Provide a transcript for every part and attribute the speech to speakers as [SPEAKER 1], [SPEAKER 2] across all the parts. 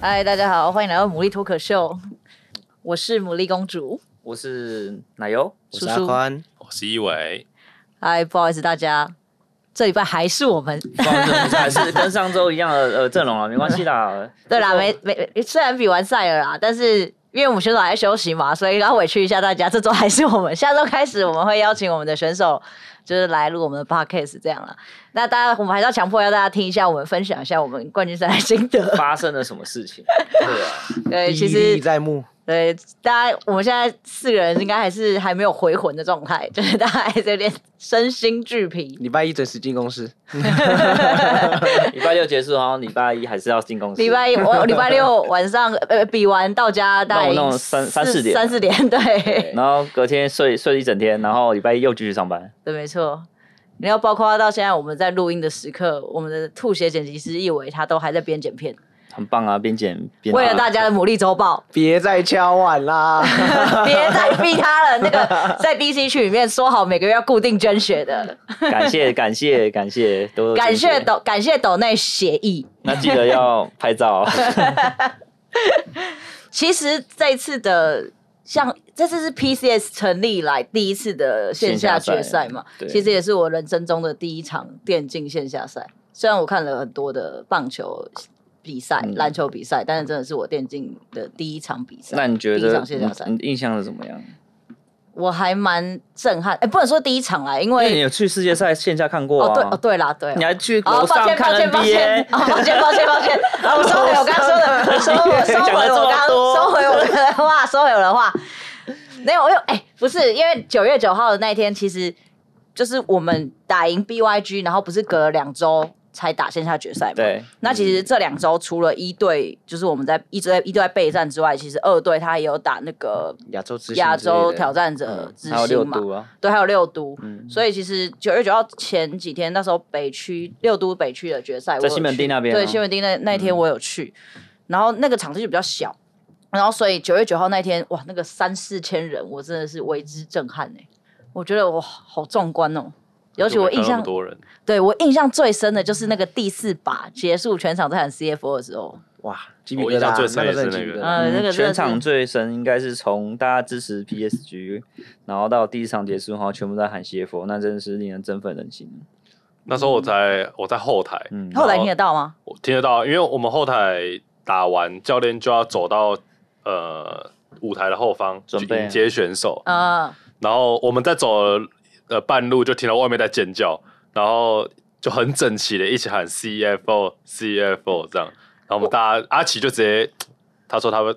[SPEAKER 1] 嗨，大家好，欢迎来到牡蛎脱口秀，我是牡蛎公主。
[SPEAKER 2] 我是奶油，
[SPEAKER 3] 我
[SPEAKER 1] 叔
[SPEAKER 3] 是阿
[SPEAKER 1] 叔
[SPEAKER 3] 宽，
[SPEAKER 4] 我是哦一伟，
[SPEAKER 1] 嗨，不好意思，大家，这礼拜还是我们。。
[SPEAKER 2] 不好意思我们还是跟上周一样的呃阵容了，没关系啦
[SPEAKER 1] 对啦，
[SPEAKER 2] 不过
[SPEAKER 1] 没没，虽然比完赛了啦，但是因为我们选手还在休息嘛，所以要委屈一下大家，这周还是我们，下周开始我们会邀请我们的选手。就是来录我们的 podcast 这样啦。那大家我们还是要强迫要大家听一下，我们分享一下我们冠军赛的心 得。
[SPEAKER 2] 发生了什么事情？对啊，
[SPEAKER 1] 对，哎其
[SPEAKER 3] 历
[SPEAKER 1] 实
[SPEAKER 3] 历在目。
[SPEAKER 1] 对，大家我们现在四个人应该还是还没有回魂的状态，就是大家还是有点身心俱疲。
[SPEAKER 3] 礼拜一准时进公司，
[SPEAKER 2] 礼拜六结束，然后礼拜一还是要进公司。
[SPEAKER 1] 礼拜一我礼拜六晚上呃比完到家大概
[SPEAKER 2] 弄弄
[SPEAKER 1] 已经
[SPEAKER 2] 三三四点
[SPEAKER 1] 三四 点对
[SPEAKER 2] 对，然后隔天睡睡一整天，然后礼拜一又继续上班。
[SPEAKER 1] 对，没错。你要包括到现在我们在录音的时刻，我们的吐血剪辑师一伟他都还在边剪 片，
[SPEAKER 2] 很棒啊，边剪边
[SPEAKER 1] 为了大家的牡蛎周 报，
[SPEAKER 3] 别再敲碗 啦！
[SPEAKER 1] 别再逼他了。那个在 DC 区里面说好每个月要固定捐血 的，
[SPEAKER 2] 感谢感谢感谢，多多
[SPEAKER 1] 感谢
[SPEAKER 2] 捐血
[SPEAKER 1] 抖感谢抖内协议。
[SPEAKER 2] 那记得要拍 照哦，
[SPEAKER 1] 其实这一次的像这次是 PCS 成立以来第一次的线下决赛嘛
[SPEAKER 2] 线下赛，对
[SPEAKER 1] 其实也是我人生中的第一场电竞线下赛。虽然我看了很多的棒球比赛、
[SPEAKER 2] 嗯
[SPEAKER 1] 篮球比赛，但是真的是我电竞的第一场比赛。
[SPEAKER 2] 那你觉
[SPEAKER 1] 第一
[SPEAKER 2] 得嗯
[SPEAKER 1] 场线下赛
[SPEAKER 2] 你，你印象是怎么样？
[SPEAKER 1] 我还蛮震撼，哎、不能说第一场啦，因
[SPEAKER 2] 因为你
[SPEAKER 1] 为
[SPEAKER 2] 有去世界赛线下看过
[SPEAKER 1] 哦对哦
[SPEAKER 2] 啊？
[SPEAKER 1] 对啦对啦
[SPEAKER 2] 你还去
[SPEAKER 1] 哦，抱
[SPEAKER 2] 楼上
[SPEAKER 1] 歉，抱
[SPEAKER 2] 看
[SPEAKER 1] 歉，抱歉
[SPEAKER 2] NBA，，
[SPEAKER 1] 哦，抱歉，抱歉，抱 歉。啊，我收回我刚刚说的，收回，收
[SPEAKER 2] 哦讲
[SPEAKER 1] 回
[SPEAKER 2] 了这
[SPEAKER 1] 我
[SPEAKER 2] 么
[SPEAKER 1] 刚，
[SPEAKER 2] 多
[SPEAKER 1] 收回我的话， 收回我的话。没有，因为哎，不是，因为九月九号的那一天，其实就是我们打赢 BYG，然后不是隔了两周才打线下决赛嘛？
[SPEAKER 2] 对。
[SPEAKER 1] 那其实这两周除了一队，就是我们在一直在一队在备战之外，其实二队他也有打那个
[SPEAKER 3] 亚洲之星之类的
[SPEAKER 1] 亚洲挑战者之
[SPEAKER 2] 嗯还有六
[SPEAKER 1] 星嘛，
[SPEAKER 2] 度啊，
[SPEAKER 1] 对，还有六都，
[SPEAKER 2] 嗯
[SPEAKER 1] 所以其实九月九号前几天，那时候北区六都北区的决赛，我
[SPEAKER 2] 在
[SPEAKER 1] 有
[SPEAKER 2] 西门
[SPEAKER 1] 去
[SPEAKER 2] 町那边
[SPEAKER 1] 对，
[SPEAKER 2] 哦
[SPEAKER 1] 西门町那那一天我有去，然后那个场地就比较小，然后所以九月九号那天，哇，那个三四千人，我真的是为之震撼哎、我觉得哇，好壮观哦。尤其我印
[SPEAKER 4] 那么
[SPEAKER 1] 象，
[SPEAKER 4] 多人，
[SPEAKER 1] 对我印象最深的就是那个第四把结束全场在喊 CFO 的时候，
[SPEAKER 3] 哇，鸡皮
[SPEAKER 4] 我
[SPEAKER 3] 疙
[SPEAKER 4] 印象
[SPEAKER 3] 瘩，
[SPEAKER 4] 最深
[SPEAKER 3] 那
[SPEAKER 4] 也
[SPEAKER 3] 个
[SPEAKER 4] 是
[SPEAKER 3] 真的鸡皮疙
[SPEAKER 4] 那
[SPEAKER 3] 瘩。
[SPEAKER 4] 个
[SPEAKER 1] 呃，那个真的
[SPEAKER 2] 嗯全
[SPEAKER 1] 是
[SPEAKER 2] 场最神应该是从大家支持 PSG，然后到第一场结束，然后全部在喊 CFO，那真的是令人振奋人心。
[SPEAKER 4] 那时候我在我在后台，
[SPEAKER 2] 嗯，
[SPEAKER 1] 后来听得到吗？
[SPEAKER 4] 我听得到，因为我们后台打完，教练就要走到呃舞台的后方去
[SPEAKER 2] 准备啊
[SPEAKER 4] 迎接选手，
[SPEAKER 1] 呃，
[SPEAKER 4] 然后我们在走了呃半路就听到外面在尖叫，然后就很整齐的一起喊 CFO CFO 这样，然后我们大家阿奇就直接他说他会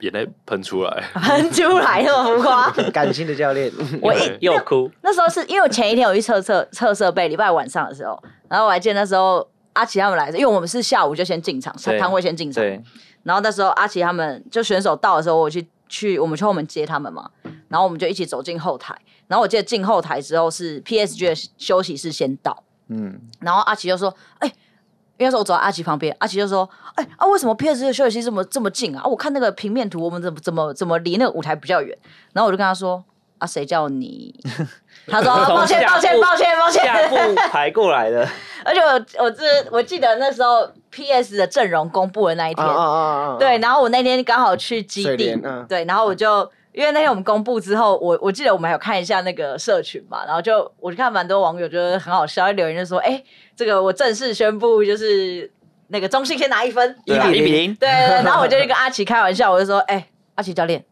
[SPEAKER 4] 眼泪喷出来，
[SPEAKER 1] 喷出来那么浮夸。
[SPEAKER 3] 感性的教练，
[SPEAKER 1] 我
[SPEAKER 4] 对
[SPEAKER 1] 一
[SPEAKER 2] 又哭，
[SPEAKER 1] 那时候是因为我前一天有去测测测设备，礼拜晚上的时候，然后我还记得那时候阿奇他们来的时候，因为我们是下午就先进场，
[SPEAKER 2] 对
[SPEAKER 1] 摊位先进场，
[SPEAKER 2] 对，
[SPEAKER 1] 然后那时候阿奇他们就选手到的时候，我去去我们去后门接他们嘛，然后我们就一起走进后台，然后我记得进后台之后是 PSG 的休息室先到，
[SPEAKER 2] 嗯，
[SPEAKER 1] 然后阿奇就说：“哎、因为那时候我走到阿奇旁边，阿奇就说：‘哎、啊，为什么 PS 的休息室这么这么近啊？啊我看那个平面图，我们怎么怎么怎么离那个舞台比较远？’然后我就跟他说：‘啊，谁叫你？’ 他说：‘啊抱歉，抱歉，抱歉，抱歉。
[SPEAKER 2] 下步排过来的，
[SPEAKER 1] 而且我我这我记得那时候 PS 的阵容公布的那一
[SPEAKER 3] 啊
[SPEAKER 1] 天，
[SPEAKER 3] 啊啊啊！
[SPEAKER 1] 对，然后我那天刚好去基
[SPEAKER 3] 水
[SPEAKER 1] 地
[SPEAKER 3] 莲，嗯
[SPEAKER 1] 对，然后我就因为那天我们公布之后，我我记得我们还有看一下那个社群嘛，然后就我就看蛮多网友就是很好笑，留言就说：“哎、这个我正式宣布就是那个中信先 拿一分。”
[SPEAKER 2] 对啊，一 比零，
[SPEAKER 1] 对，然后我就跟阿奇开玩笑，我就说：“哎、阿奇教练，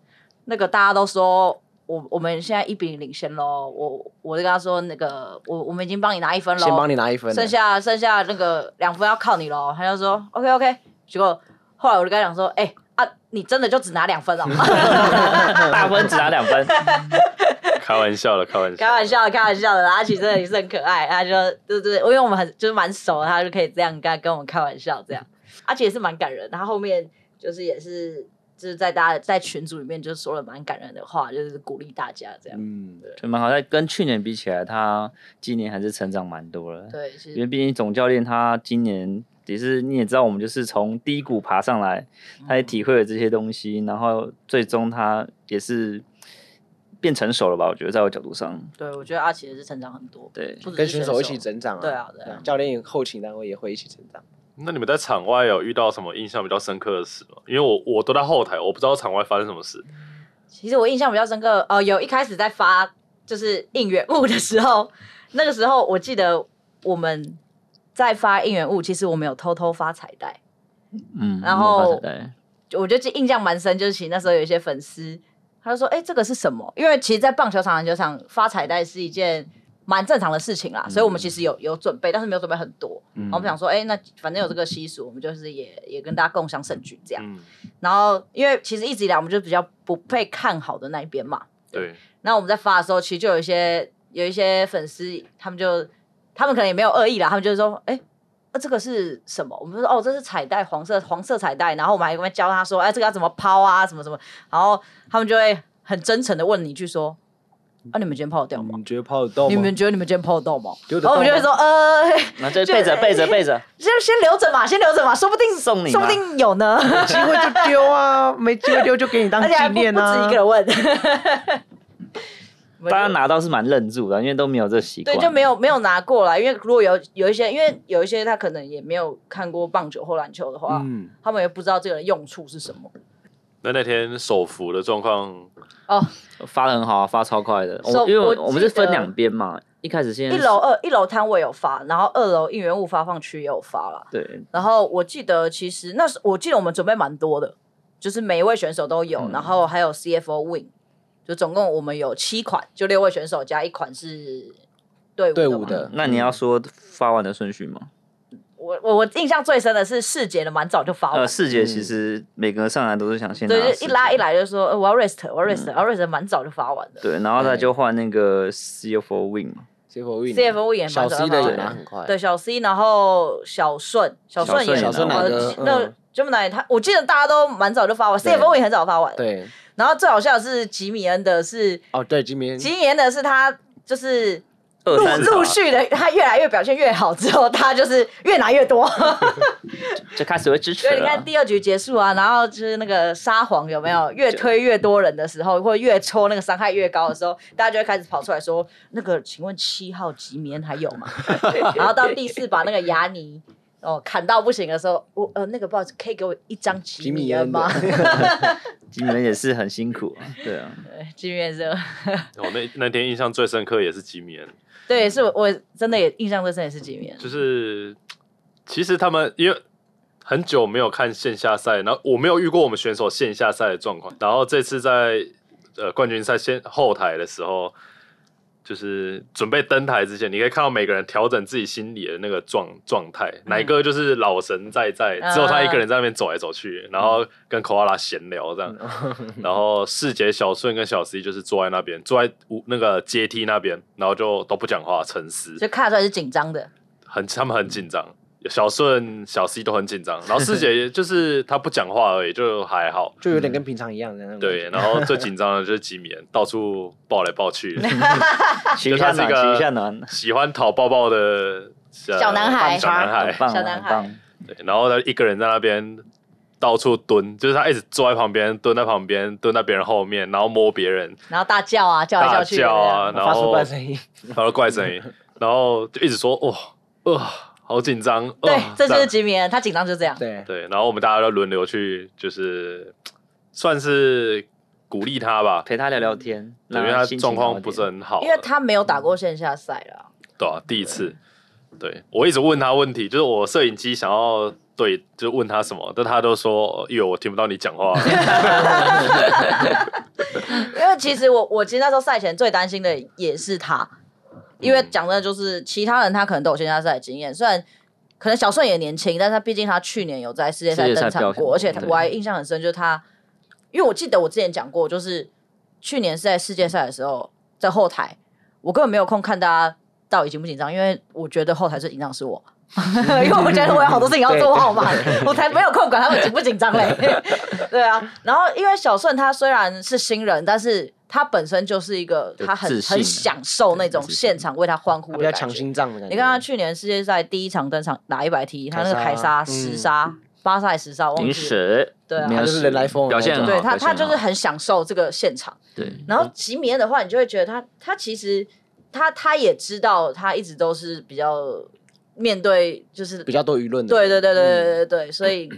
[SPEAKER 1] 那个大家都说我我们现在一比零领先喽，我我就跟他说那个我我们已经帮你拿一分喽，
[SPEAKER 3] 先帮你拿一分了，啊
[SPEAKER 1] 剩下剩下那个两分要靠你喽。他就说 OK OK，结果后来我就跟他讲说，哎、啊，你真的就只拿两 分哦，
[SPEAKER 2] 大分只拿两分，
[SPEAKER 4] 开玩笑了，开玩笑，
[SPEAKER 1] 开玩，笑的，开玩笑的。阿奇真的也是很可爱，他就对对，对因为我们很就是蛮熟的，他就可以这样跟跟我们开玩笑这样。阿奇也是蛮感人的，他后面就是也是就是在大家在群组里面就说了蛮感人的话，就是鼓励大家这样。
[SPEAKER 3] 嗯，
[SPEAKER 2] 就蛮好。但跟去年比起来，他今年还是成长蛮多了。
[SPEAKER 1] 对，其
[SPEAKER 2] 因为
[SPEAKER 1] 实
[SPEAKER 2] 毕竟总教练他今年也是你也知道，我们就是从低谷爬上来，他
[SPEAKER 1] 嗯
[SPEAKER 2] 也体会了这些东西，然后最终他也是变成熟了吧？我觉得在我角度上，
[SPEAKER 1] 对我觉得阿奇也是成长很多，
[SPEAKER 2] 对
[SPEAKER 1] 不只是
[SPEAKER 3] 跟选手一起成长啊，
[SPEAKER 1] 对啊对啊
[SPEAKER 3] 教练后勤单位也会一起成长，
[SPEAKER 4] 那你们在场外有遇到什么印象比较深刻的事吗？因为我我都在后台，我不知道场外发生什么事。
[SPEAKER 1] 其实我印象比较深刻，呃，有一开始在发就是应援物的时候，那个时候我记得我们在发应援物，其实我们有偷偷发彩带，
[SPEAKER 2] 嗯，
[SPEAKER 1] 然后
[SPEAKER 2] 没有发彩带
[SPEAKER 1] 我就记印象蛮深，就是其实那时候有一些粉丝，他就说：“哎、这个是什么？”因为其实，在棒球场、篮球场发彩带是一件蛮正常的事情啦，所以我们其实有有准备，但是没有准备很多。然后我们想说：“哎、那反正有这个习俗，我们就是也也跟大家共享盛举这样。
[SPEAKER 4] 嗯，
[SPEAKER 1] 然后，因为其实一直以来我们就比较不被看好的那一边嘛，
[SPEAKER 4] 对，
[SPEAKER 1] 那我们在发的时候，其实就有一些有一些粉丝，他们就他们可能也没有恶意啦，他们就是说，哎、那这个是什么？我们就说哦，这是彩带，黄色黄色彩带。然后我们还跟他教他说，哎、这个要怎么抛啊，什么什么。然后他们就会很真诚的问你一句说，啊，你们今天抛得掉吗？
[SPEAKER 3] 你觉得抛得动
[SPEAKER 1] 你
[SPEAKER 3] 吗？
[SPEAKER 1] 们觉得你们今天抛得到吗？
[SPEAKER 3] 丢得
[SPEAKER 1] 然后我们就
[SPEAKER 3] 到
[SPEAKER 1] 会说，呃，
[SPEAKER 2] 然后就背着背着背 着，
[SPEAKER 1] 先先留着嘛，先留着嘛，说不定
[SPEAKER 2] 送你
[SPEAKER 1] 说不
[SPEAKER 2] 嘛
[SPEAKER 1] 定有呢。
[SPEAKER 3] 有机会就丢啊，没机会丢就给你 当
[SPEAKER 1] 而且还
[SPEAKER 3] 纪
[SPEAKER 1] 不不止
[SPEAKER 3] 念啊
[SPEAKER 1] 一个。人问，
[SPEAKER 2] 大家拿到是蛮愣住的，因为都没有这个习惯，
[SPEAKER 1] 对，就没有没有拿过来，因为如果有有一些，因为有一些他可能也没有看过棒球或篮球的话，
[SPEAKER 3] 嗯，
[SPEAKER 1] 他们也不知道这个的用处是什么。
[SPEAKER 4] 那那天手幅的状况，
[SPEAKER 1] 哦，
[SPEAKER 2] 发的很好啊，发超快的。
[SPEAKER 1] 手
[SPEAKER 2] 我因为
[SPEAKER 1] 我
[SPEAKER 2] 我
[SPEAKER 1] 记得
[SPEAKER 2] 我们是分两边嘛，一开始先
[SPEAKER 1] 一楼二一楼摊位有发，然后二楼应援物发放区也有发啦。
[SPEAKER 2] 对，
[SPEAKER 1] 然后我记得其实那时我记得我们准备蛮多的，就是每一位选手都有，然后还有 CFO Win，就总共我们有七款，就六位选手加一款是队伍
[SPEAKER 3] 队
[SPEAKER 1] 嘛
[SPEAKER 3] 伍的
[SPEAKER 2] 那你
[SPEAKER 1] 嗯
[SPEAKER 2] 要说发完的顺序吗？
[SPEAKER 1] 我我我印象最深的是世杰的，蛮早就发完
[SPEAKER 2] 呃，世杰其实每个上来都是想先
[SPEAKER 1] 嗯
[SPEAKER 2] 拿
[SPEAKER 1] 对，
[SPEAKER 2] 啊世
[SPEAKER 1] 就
[SPEAKER 2] 杰
[SPEAKER 1] 一拉一来就说、呃我要 rest，我要 rest，、然后 rest 蛮早就发完的。
[SPEAKER 2] 对，然后他就换那个 CFO Win 嘛，
[SPEAKER 3] c f 运
[SPEAKER 1] CFO 也蛮
[SPEAKER 3] 小
[SPEAKER 1] 早就
[SPEAKER 3] C
[SPEAKER 1] 发
[SPEAKER 3] 的
[SPEAKER 1] 完
[SPEAKER 3] 也
[SPEAKER 1] 的
[SPEAKER 3] 拿很快，
[SPEAKER 1] 对，小 C，然后小顺，小顺也
[SPEAKER 2] 小顺
[SPEAKER 1] 拿完
[SPEAKER 2] 小顺
[SPEAKER 3] 拿的
[SPEAKER 1] 那
[SPEAKER 3] 嗯
[SPEAKER 1] 这么难，他我记得大家都蛮早就发完
[SPEAKER 3] 对
[SPEAKER 1] ，CFO 也很早发完。
[SPEAKER 3] 对，
[SPEAKER 1] 然后最好笑的是吉米恩的是，
[SPEAKER 3] 哦对，今天
[SPEAKER 1] 吉米恩的是他就是
[SPEAKER 2] 二
[SPEAKER 1] 陆
[SPEAKER 2] 三
[SPEAKER 1] 陆
[SPEAKER 2] 场
[SPEAKER 1] 续的，他越来越表现越好之后，他就是越拿越多。
[SPEAKER 2] 就开始会支持
[SPEAKER 1] 所以你
[SPEAKER 2] 了
[SPEAKER 1] 看。第二局结束啊，然后就是那个沙皇有没有越推越多人的时候，或者越抽那个伤害越高的时候，大家就会开始跑出来说：“那个，请问七号吉棉还有吗？”然后到第四把那个牙尼哦砍到不行的时候，我呃那个不好意思，可以给我一张吉米恩吗？
[SPEAKER 2] 吉米人也是很辛苦啊，对啊，
[SPEAKER 1] 吉米恩是吧，
[SPEAKER 4] 我哦那那天印象最深刻也是吉米恩，
[SPEAKER 1] 对，是我我真的也印象最深也是吉米恩，
[SPEAKER 4] 就是其实他们因为很久没有看线下赛，然后我没有遇过我们选手线下赛的状况，然后这次在呃冠军赛先后台的时候，就是准备登台之前，你可以看到每个人调整自己心里的那个状状态，哪个就是老神在在，只有他一个人在那边走来走去，然后跟口阿拉闲聊这样，然后世杰、小顺跟小 C 就是坐在那边，坐在屋那个阶梯那边，然后就都不讲话，沉思。
[SPEAKER 1] 就看得出来是紧张的，
[SPEAKER 4] 很他们很紧张，小顺、小 C 都很紧张，然后四姐就是她不讲话而已，就还好。
[SPEAKER 3] 就有点跟平常一样的那种。
[SPEAKER 4] 对，，然后最紧张的就是吉米恩，到处抱来 抱去，
[SPEAKER 2] 骑一下
[SPEAKER 4] 就
[SPEAKER 2] 暖，
[SPEAKER 4] 他是个
[SPEAKER 2] 骑一下暖，
[SPEAKER 4] 喜欢讨抱抱的小
[SPEAKER 1] 小男孩
[SPEAKER 4] 小男
[SPEAKER 2] 很
[SPEAKER 4] 孩。
[SPEAKER 2] 棒啊，
[SPEAKER 1] 小男
[SPEAKER 2] 很
[SPEAKER 1] 孩
[SPEAKER 2] 棒。
[SPEAKER 4] 对，然后他一个人在那边到处蹲，就是他一直坐在旁边，蹲在旁边，蹲在别人后面，然后摸别人，
[SPEAKER 1] 然后大叫啊叫来
[SPEAKER 4] 大
[SPEAKER 1] 叫去的
[SPEAKER 4] 叫啊，然
[SPEAKER 3] 发出
[SPEAKER 4] 后
[SPEAKER 3] 怪声音，
[SPEAKER 4] 发出怪声音，然后就一直说哇哇、好紧张，哦
[SPEAKER 1] 这样，对，这就
[SPEAKER 4] 样
[SPEAKER 1] 是吉米恩，他紧张就这样，
[SPEAKER 3] 对，
[SPEAKER 4] 对，然后我们大家都轮流去，就是算是鼓励他吧，
[SPEAKER 2] 陪他聊聊天，
[SPEAKER 4] 对因为
[SPEAKER 2] 让
[SPEAKER 4] 他
[SPEAKER 2] 心情
[SPEAKER 4] 状
[SPEAKER 2] 好
[SPEAKER 4] 况
[SPEAKER 2] 一
[SPEAKER 4] 不是
[SPEAKER 2] 点
[SPEAKER 4] 很好，
[SPEAKER 1] 因为他没有打过线下赛了。
[SPEAKER 4] 对啊，第一次，对我一直问他问题，就是我摄影机想要对，就问他什么，但他都说哟，我听不到你讲话，
[SPEAKER 1] 因为其实我我其实那时候赛前最担心的也是他，因
[SPEAKER 2] 嗯
[SPEAKER 1] 为讲真的就是其他人他可能都有线下赛的经验，虽然可能小顺也年轻，但是他毕竟他去年有在世界赛
[SPEAKER 2] 世界赛
[SPEAKER 1] 登场
[SPEAKER 2] 表现
[SPEAKER 1] 过，而且他
[SPEAKER 2] 对
[SPEAKER 1] 我还印象很深，就是他，因为我记得我之前讲过，就是去年是在世界赛的时候，在后台我根本没有空看大家到底紧不紧张，因为我觉得后台最紧张的是我。 因为我觉得我有好多事情要做好嘛，我才没有空管他们紧不紧张嘞。对啊，然后因为小顺他虽然是新人，但是他本身就是一个
[SPEAKER 2] 有
[SPEAKER 1] 他很
[SPEAKER 2] 自信
[SPEAKER 1] 很享受那种
[SPEAKER 2] 自信
[SPEAKER 1] 现场为他欢呼
[SPEAKER 3] 比
[SPEAKER 1] 的
[SPEAKER 3] 较
[SPEAKER 1] 感
[SPEAKER 3] 强
[SPEAKER 1] 觉。
[SPEAKER 3] 心脏的感觉。
[SPEAKER 1] 你看他去年世界赛第一场登场打一百题，他那个
[SPEAKER 3] 凯
[SPEAKER 1] 凯
[SPEAKER 3] 撒
[SPEAKER 1] 撒十
[SPEAKER 3] 嗯
[SPEAKER 1] 杀巴萨还十杀，我忘
[SPEAKER 2] 顶
[SPEAKER 1] 记了。
[SPEAKER 2] 屎，
[SPEAKER 1] 对啊
[SPEAKER 2] 没有
[SPEAKER 3] 他就是
[SPEAKER 2] 屎
[SPEAKER 3] 人来疯的
[SPEAKER 2] 表现
[SPEAKER 3] 那
[SPEAKER 2] 很
[SPEAKER 3] 种
[SPEAKER 2] 好
[SPEAKER 1] 对他，
[SPEAKER 2] 表现
[SPEAKER 1] 他
[SPEAKER 2] 很
[SPEAKER 1] 就是
[SPEAKER 2] 好
[SPEAKER 1] 很享受这个现场。
[SPEAKER 2] 对，
[SPEAKER 1] 然后吉米恩的话，你就会觉得他他其实他他也知道他一直都是比较面对就是
[SPEAKER 3] 比较嗯多舆论的。
[SPEAKER 1] 对对对对对对对，所以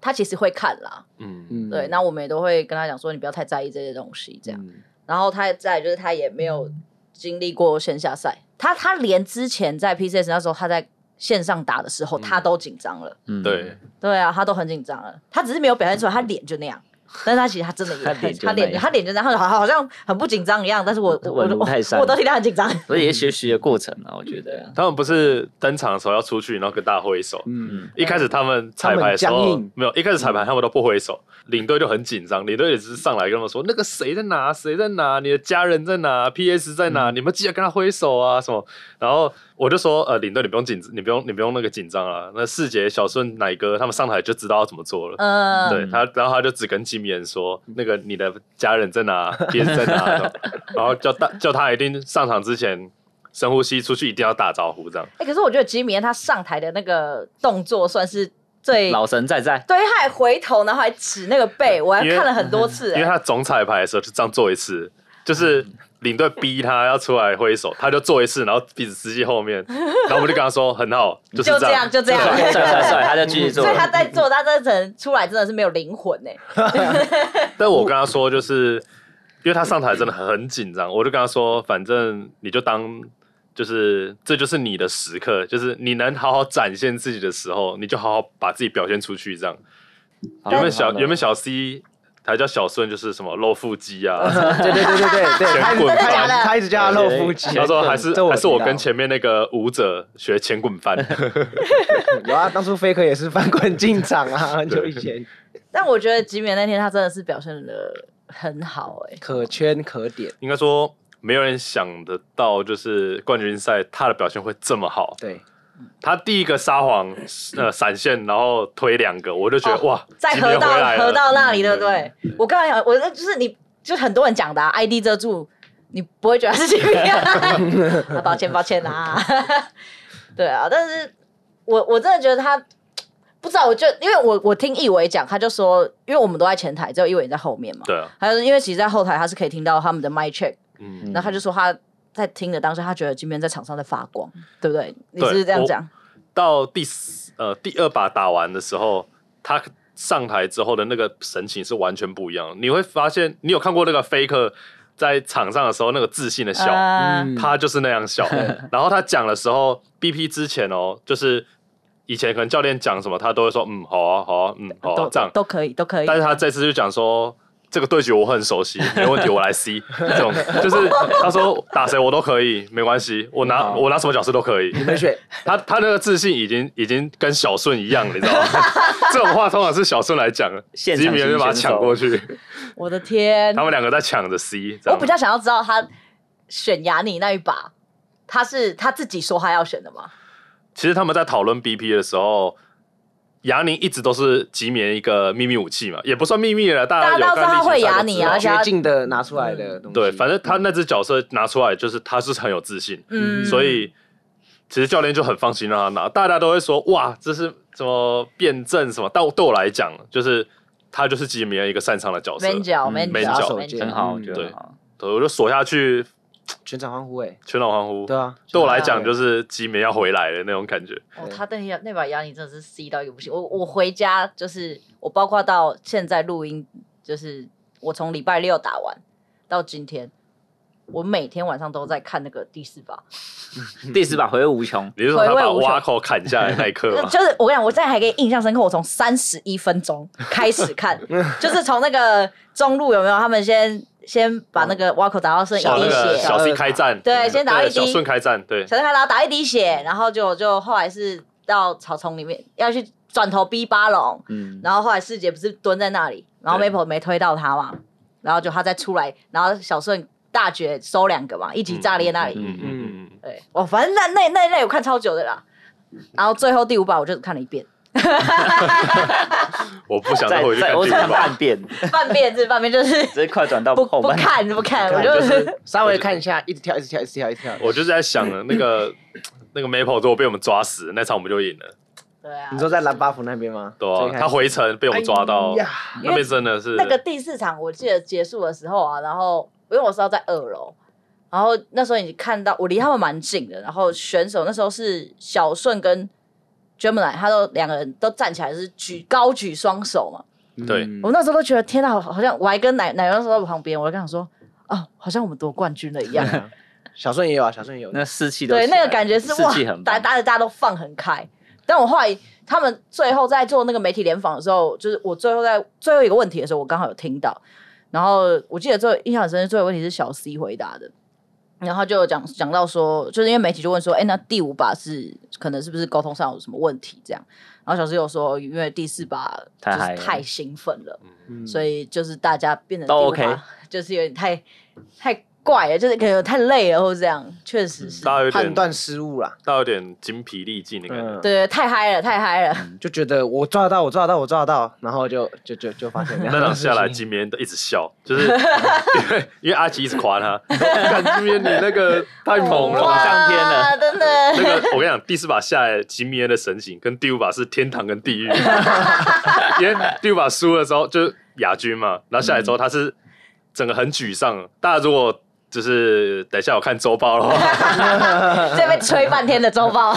[SPEAKER 1] 他其实会看啦。
[SPEAKER 4] 嗯，
[SPEAKER 3] 嗯，嗯
[SPEAKER 1] 对，那我们也都会跟他讲说，你不要太在意这些东西，这样。
[SPEAKER 2] 嗯
[SPEAKER 1] 然后他再来就是他也没有经历过线下赛，他他连之前在 PCS 那时候他在线上打的时候，他都紧张了。
[SPEAKER 2] 嗯，
[SPEAKER 4] 对，
[SPEAKER 1] 对啊，他都很紧张了，他只是没有表现出来，他脸就那样。但是他其实他真的也
[SPEAKER 2] 他脸就
[SPEAKER 1] 他
[SPEAKER 2] 那
[SPEAKER 1] 脸
[SPEAKER 2] 样
[SPEAKER 1] 他脸就那样，好好像很不紧张一样。但是我我
[SPEAKER 2] 稳
[SPEAKER 1] 我
[SPEAKER 2] 如泰 山
[SPEAKER 1] 我都替他很紧张。
[SPEAKER 2] 所以也学习的过程啊，我觉得。
[SPEAKER 4] 他们不是登场的时候要出去，然后跟大家挥手。
[SPEAKER 3] 嗯，
[SPEAKER 4] 一开始他们彩排的时
[SPEAKER 3] 他们
[SPEAKER 4] 候
[SPEAKER 3] 僵硬嗯
[SPEAKER 4] 没有，一开始彩排他们都不挥手，领队就很紧张，领队也只是上来跟他们说那个谁在哪，谁在哪，你的家人在哪，PS 在
[SPEAKER 3] 嗯
[SPEAKER 4] 哪，你们记得跟他挥手啊什么。然后我就说呃，领队你不用紧，你不用你不用那个紧张啊，那世杰、小顺、奶哥他们上台就知道要怎么做了。
[SPEAKER 1] 嗯，
[SPEAKER 4] 对他，然后他就只跟吉米人说，
[SPEAKER 3] 嗯
[SPEAKER 4] 那个你的家人在 哪，PS 在哪，然后然后叫大叫他一定上场之前深呼吸，出去一定要打招呼这样。
[SPEAKER 1] 哎、可是我觉得吉米他上台的那个动作算是最
[SPEAKER 2] 老神在 在，
[SPEAKER 1] 对，他还回头，然后还指那个背，我还
[SPEAKER 4] 因为
[SPEAKER 1] 看了很多次、
[SPEAKER 4] 因为
[SPEAKER 1] 哎
[SPEAKER 4] 他总彩排的时候就这样做一次，就是
[SPEAKER 3] 嗯
[SPEAKER 4] 领队逼他要出来挥手，他就做一次，然后鼻子司机 后面，然后我们就跟他说很好，就是
[SPEAKER 1] 就
[SPEAKER 4] 这
[SPEAKER 1] 这样，就这样。
[SPEAKER 2] 帅帅帅帅，他在继续做
[SPEAKER 1] 啊 所以。他在做，他这层出来真的是没有灵魂哎、
[SPEAKER 4] 但我跟他说，就是因为他上台真的很紧张，我就跟他说，反正你就当。就是，这就是你的时刻，就是你能好好展现自己的时候，你就好好把自己表现出去。这样，
[SPEAKER 2] 好
[SPEAKER 4] 原本小
[SPEAKER 2] 好
[SPEAKER 4] 原本小 C 还叫小顺，就是什么露腹肌啊，
[SPEAKER 3] 对对对对对对，他一直
[SPEAKER 4] 真的
[SPEAKER 3] 他
[SPEAKER 1] 假的
[SPEAKER 3] 他一直叫他露腹 肌，
[SPEAKER 4] 他说还是
[SPEAKER 3] 这
[SPEAKER 4] 还是我跟
[SPEAKER 3] 前
[SPEAKER 4] 前面那个舞者学前滚翻，
[SPEAKER 3] 有啊，当初 Faker 也是翻滚进场啊，很久以前
[SPEAKER 1] 但我觉得吉米那天他真的是表现的很好哎、
[SPEAKER 3] 可圈可点，
[SPEAKER 4] 应该说没有人想得到，就是冠军赛他的表现会这么 好。
[SPEAKER 3] 对，
[SPEAKER 4] 他第一个撒谎，呃，闪现，然后推两个，我就觉得、
[SPEAKER 1] 哦
[SPEAKER 4] 哇，
[SPEAKER 1] 在
[SPEAKER 4] 吉米
[SPEAKER 1] 河
[SPEAKER 4] 又回来
[SPEAKER 1] 道
[SPEAKER 4] 了嗯
[SPEAKER 1] 河道那里，对不对？我刚才讲，我就是你，就很多人讲的、啊、，ID 遮住，你不会觉得他是吉米 啊？啊抱歉，抱歉啊。 对啊，但是我我真的觉得他不知道，我就因为我我听易伟讲，他就说，因为我们都在前台，只有易伟在后面嘛。
[SPEAKER 4] 对啊，
[SPEAKER 1] 还有因为其实，在后台他是可以听到他们的 mic check，
[SPEAKER 4] 嗯，
[SPEAKER 1] 那、他就说他在听的当时，他觉得今天在场上在发光，对不对？你是不是
[SPEAKER 4] 对
[SPEAKER 1] 这样
[SPEAKER 4] 我
[SPEAKER 1] 讲？
[SPEAKER 4] 到第四呃第二把打完的时候，他上台之后的那个神情是完全不一样的。你会发现，你有看过那个 Faker 在场上的时候那个自信的笑，
[SPEAKER 1] 啊
[SPEAKER 3] 嗯
[SPEAKER 4] 他就是那样笑。然后他讲的时候，BP 之前哦，就是以前可能教练讲什么，他都会说嗯好啊好啊嗯好啊
[SPEAKER 1] 都
[SPEAKER 4] 这样。
[SPEAKER 1] 都可以，都可以。
[SPEAKER 4] 但是他这次就讲说。这个对局我很熟悉，没问题，我来 C 这种，就是他说打谁我都可以，没关系，我拿我拿什么角色都可以。
[SPEAKER 3] 你们选
[SPEAKER 4] 他他那个自信已经已经跟小顺一样，你知道吗？这种话通常是小顺来讲，
[SPEAKER 2] 现
[SPEAKER 4] 吉
[SPEAKER 2] 场
[SPEAKER 4] 米就把他
[SPEAKER 2] 型选手
[SPEAKER 4] 抢过去，
[SPEAKER 1] 我的天
[SPEAKER 4] 他，们两个在抢着 C 这
[SPEAKER 1] 我
[SPEAKER 4] 样
[SPEAKER 1] 比。较想要知道他选雅尼那一把，他是他自己说他要选的吗？
[SPEAKER 4] 其实他们在讨论 BP 的时候，雅尼一直都是吉米的一个秘密武器嘛，也不算秘密了，大家有
[SPEAKER 1] 大家都知道
[SPEAKER 4] 看
[SPEAKER 1] 他会
[SPEAKER 4] 历史赛
[SPEAKER 1] 雅
[SPEAKER 4] 就
[SPEAKER 1] 尼
[SPEAKER 4] 知道
[SPEAKER 1] 啊而且他
[SPEAKER 3] 绝境的拿出来的东西，
[SPEAKER 4] 嗯对，反正他那只角色拿出来，就是他是很有自信，
[SPEAKER 1] 嗯，
[SPEAKER 4] 所以其实教练就很放心让他拿。大家都会说哇，这是什么辩证什么？但对我来讲，就是他就是吉米的一个擅长的角色。
[SPEAKER 1] man 角
[SPEAKER 2] 嗯
[SPEAKER 1] man
[SPEAKER 4] ，man
[SPEAKER 1] 角
[SPEAKER 4] 角
[SPEAKER 1] man
[SPEAKER 3] 很
[SPEAKER 2] 很
[SPEAKER 1] 角
[SPEAKER 2] 好，
[SPEAKER 3] 嗯
[SPEAKER 2] 我觉得
[SPEAKER 4] 对
[SPEAKER 2] 很好。
[SPEAKER 4] 对，我就锁下去，
[SPEAKER 3] 全场欢呼哎，
[SPEAKER 4] 全场欢呼。
[SPEAKER 3] 对啊，
[SPEAKER 4] 对我来讲，就是是吉米要回来的那种感觉。
[SPEAKER 1] 哦，他那天那把雅尼真的是 C 到一个不行。我我回家就是我，包括到现在录音，就是我从礼拜六打完到今天，我每天晚上都在看那个第四把，
[SPEAKER 2] 第四把回味无穷，
[SPEAKER 4] 你是说他
[SPEAKER 1] 回味
[SPEAKER 4] 把
[SPEAKER 1] 无穷
[SPEAKER 4] 挖口砍下来的那一刻吗？
[SPEAKER 1] 就是我跟你讲，我现在还可以印象深刻，我从三十一分钟开始 看，就是从那个中路有没有他们先先把那个挖口打到剩一
[SPEAKER 4] 哦，那
[SPEAKER 1] 滴
[SPEAKER 4] 个
[SPEAKER 1] 血，呃
[SPEAKER 4] 小 C 开战，
[SPEAKER 1] 对，先打到一
[SPEAKER 4] 对，
[SPEAKER 1] 滴
[SPEAKER 4] 小，顺开战，对，
[SPEAKER 1] 小顺开然后打一滴血，然后就就后来是到草丛里面要去转头逼巴龙，
[SPEAKER 2] 嗯，
[SPEAKER 1] 然后后来师姐不是蹲在那里，然后
[SPEAKER 4] 对
[SPEAKER 1] Maple 没推到他嘛，然后就他再出来，然后小顺大绝收两个嘛，一起炸裂那里，
[SPEAKER 4] 嗯嗯嗯，
[SPEAKER 1] 对我反正那那那一类我看超久的啦，然后最后第五把我就只看了一遍。
[SPEAKER 4] 嗯我不想再
[SPEAKER 2] 再
[SPEAKER 4] 回去
[SPEAKER 2] 再
[SPEAKER 4] 看
[SPEAKER 2] 我
[SPEAKER 4] 第
[SPEAKER 2] 只
[SPEAKER 4] 五
[SPEAKER 2] 看
[SPEAKER 4] 版。
[SPEAKER 2] 半遍，
[SPEAKER 1] 半边是半边，就是
[SPEAKER 2] 直接快转到
[SPEAKER 1] 不
[SPEAKER 2] 后
[SPEAKER 1] 不
[SPEAKER 2] 半。
[SPEAKER 1] 看不 看，我
[SPEAKER 3] 看
[SPEAKER 1] 就
[SPEAKER 3] 欸就是是稍微看一下，一直跳，一直跳，一直跳，一直跳。
[SPEAKER 4] 我就是在想那个那个 Maple 如果被我们抓死，那场我们就赢了，
[SPEAKER 1] 对啊
[SPEAKER 3] 你。说在蓝巴府那边吗？
[SPEAKER 4] 对啊
[SPEAKER 3] 最，开始
[SPEAKER 4] 他回程被我们抓到
[SPEAKER 3] 哎，呀
[SPEAKER 4] 那边真的是
[SPEAKER 1] 那个第四场我记得结束的时候啊，然后因为我是要在二楼，然然后那时候你看到我离他们蛮近的，然后选手那时候是小顺跟 Gemini，他都两个人都站起来是举高举双手嘛。
[SPEAKER 4] 对
[SPEAKER 3] 嗯
[SPEAKER 1] 我那时候都觉得天哪，好好像我还跟奶奶油那时候在旁边，我还跟他说。哦，好像我们夺冠军了一样。啊
[SPEAKER 3] 小顺也有啊，小顺也有。
[SPEAKER 2] 那士气都
[SPEAKER 1] 对，
[SPEAKER 2] 起来
[SPEAKER 1] 那
[SPEAKER 2] 了
[SPEAKER 1] 个感觉是
[SPEAKER 2] 士
[SPEAKER 1] 哇
[SPEAKER 2] 气很，
[SPEAKER 1] 大
[SPEAKER 2] 棒，
[SPEAKER 1] 大家大家都放很开。但我后来他们最后在做那个媒体联访的时候，就是我最后在最后一个问题的时候，我刚好有听到。然后我记得最后印象很深刻最后一个问题是小 C 回答的，然后他就讲讲到说，就是因为媒体就问说，哎，那第五把是可能是不是沟通上有什么问题这样？然后小 C 有说，因为第四把就
[SPEAKER 2] 太嗨
[SPEAKER 1] 是
[SPEAKER 2] 了
[SPEAKER 1] 太兴奋 了。
[SPEAKER 3] 嗯
[SPEAKER 1] 所以就是大家变得
[SPEAKER 2] 都
[SPEAKER 1] 第五
[SPEAKER 2] OK
[SPEAKER 1] 趴就是有点太太怪了，就是可能太累了或者这样，确实
[SPEAKER 2] 嗯
[SPEAKER 1] 是，
[SPEAKER 4] 大家有
[SPEAKER 3] 判
[SPEAKER 4] 点，大
[SPEAKER 3] 断失误啦，
[SPEAKER 4] 家有点精疲力尽的感觉。
[SPEAKER 3] 嗯，
[SPEAKER 1] 对，太嗨了，太嗨 了，
[SPEAKER 3] 就觉得我抓得到，我抓得到，我抓得到，然后就就就就发现那
[SPEAKER 4] 那场 下来，
[SPEAKER 3] 金
[SPEAKER 4] 金边都一直笑，就是 因为因为阿吉一直夸他， 看金边你那个太猛了
[SPEAKER 2] 往
[SPEAKER 1] 哇
[SPEAKER 4] 吧。
[SPEAKER 2] 上天了，
[SPEAKER 1] 真
[SPEAKER 4] 那
[SPEAKER 1] 的。
[SPEAKER 4] 个我跟你讲，第四把下来，吉米恩的神情跟第五把是天堂 跟地狱，因为第五把输了之后就是亚军嘛，然后下来之后他是整个很沮丧。大家如果就是等一下我看周报 的话，
[SPEAKER 1] 这被吹半天的周 报，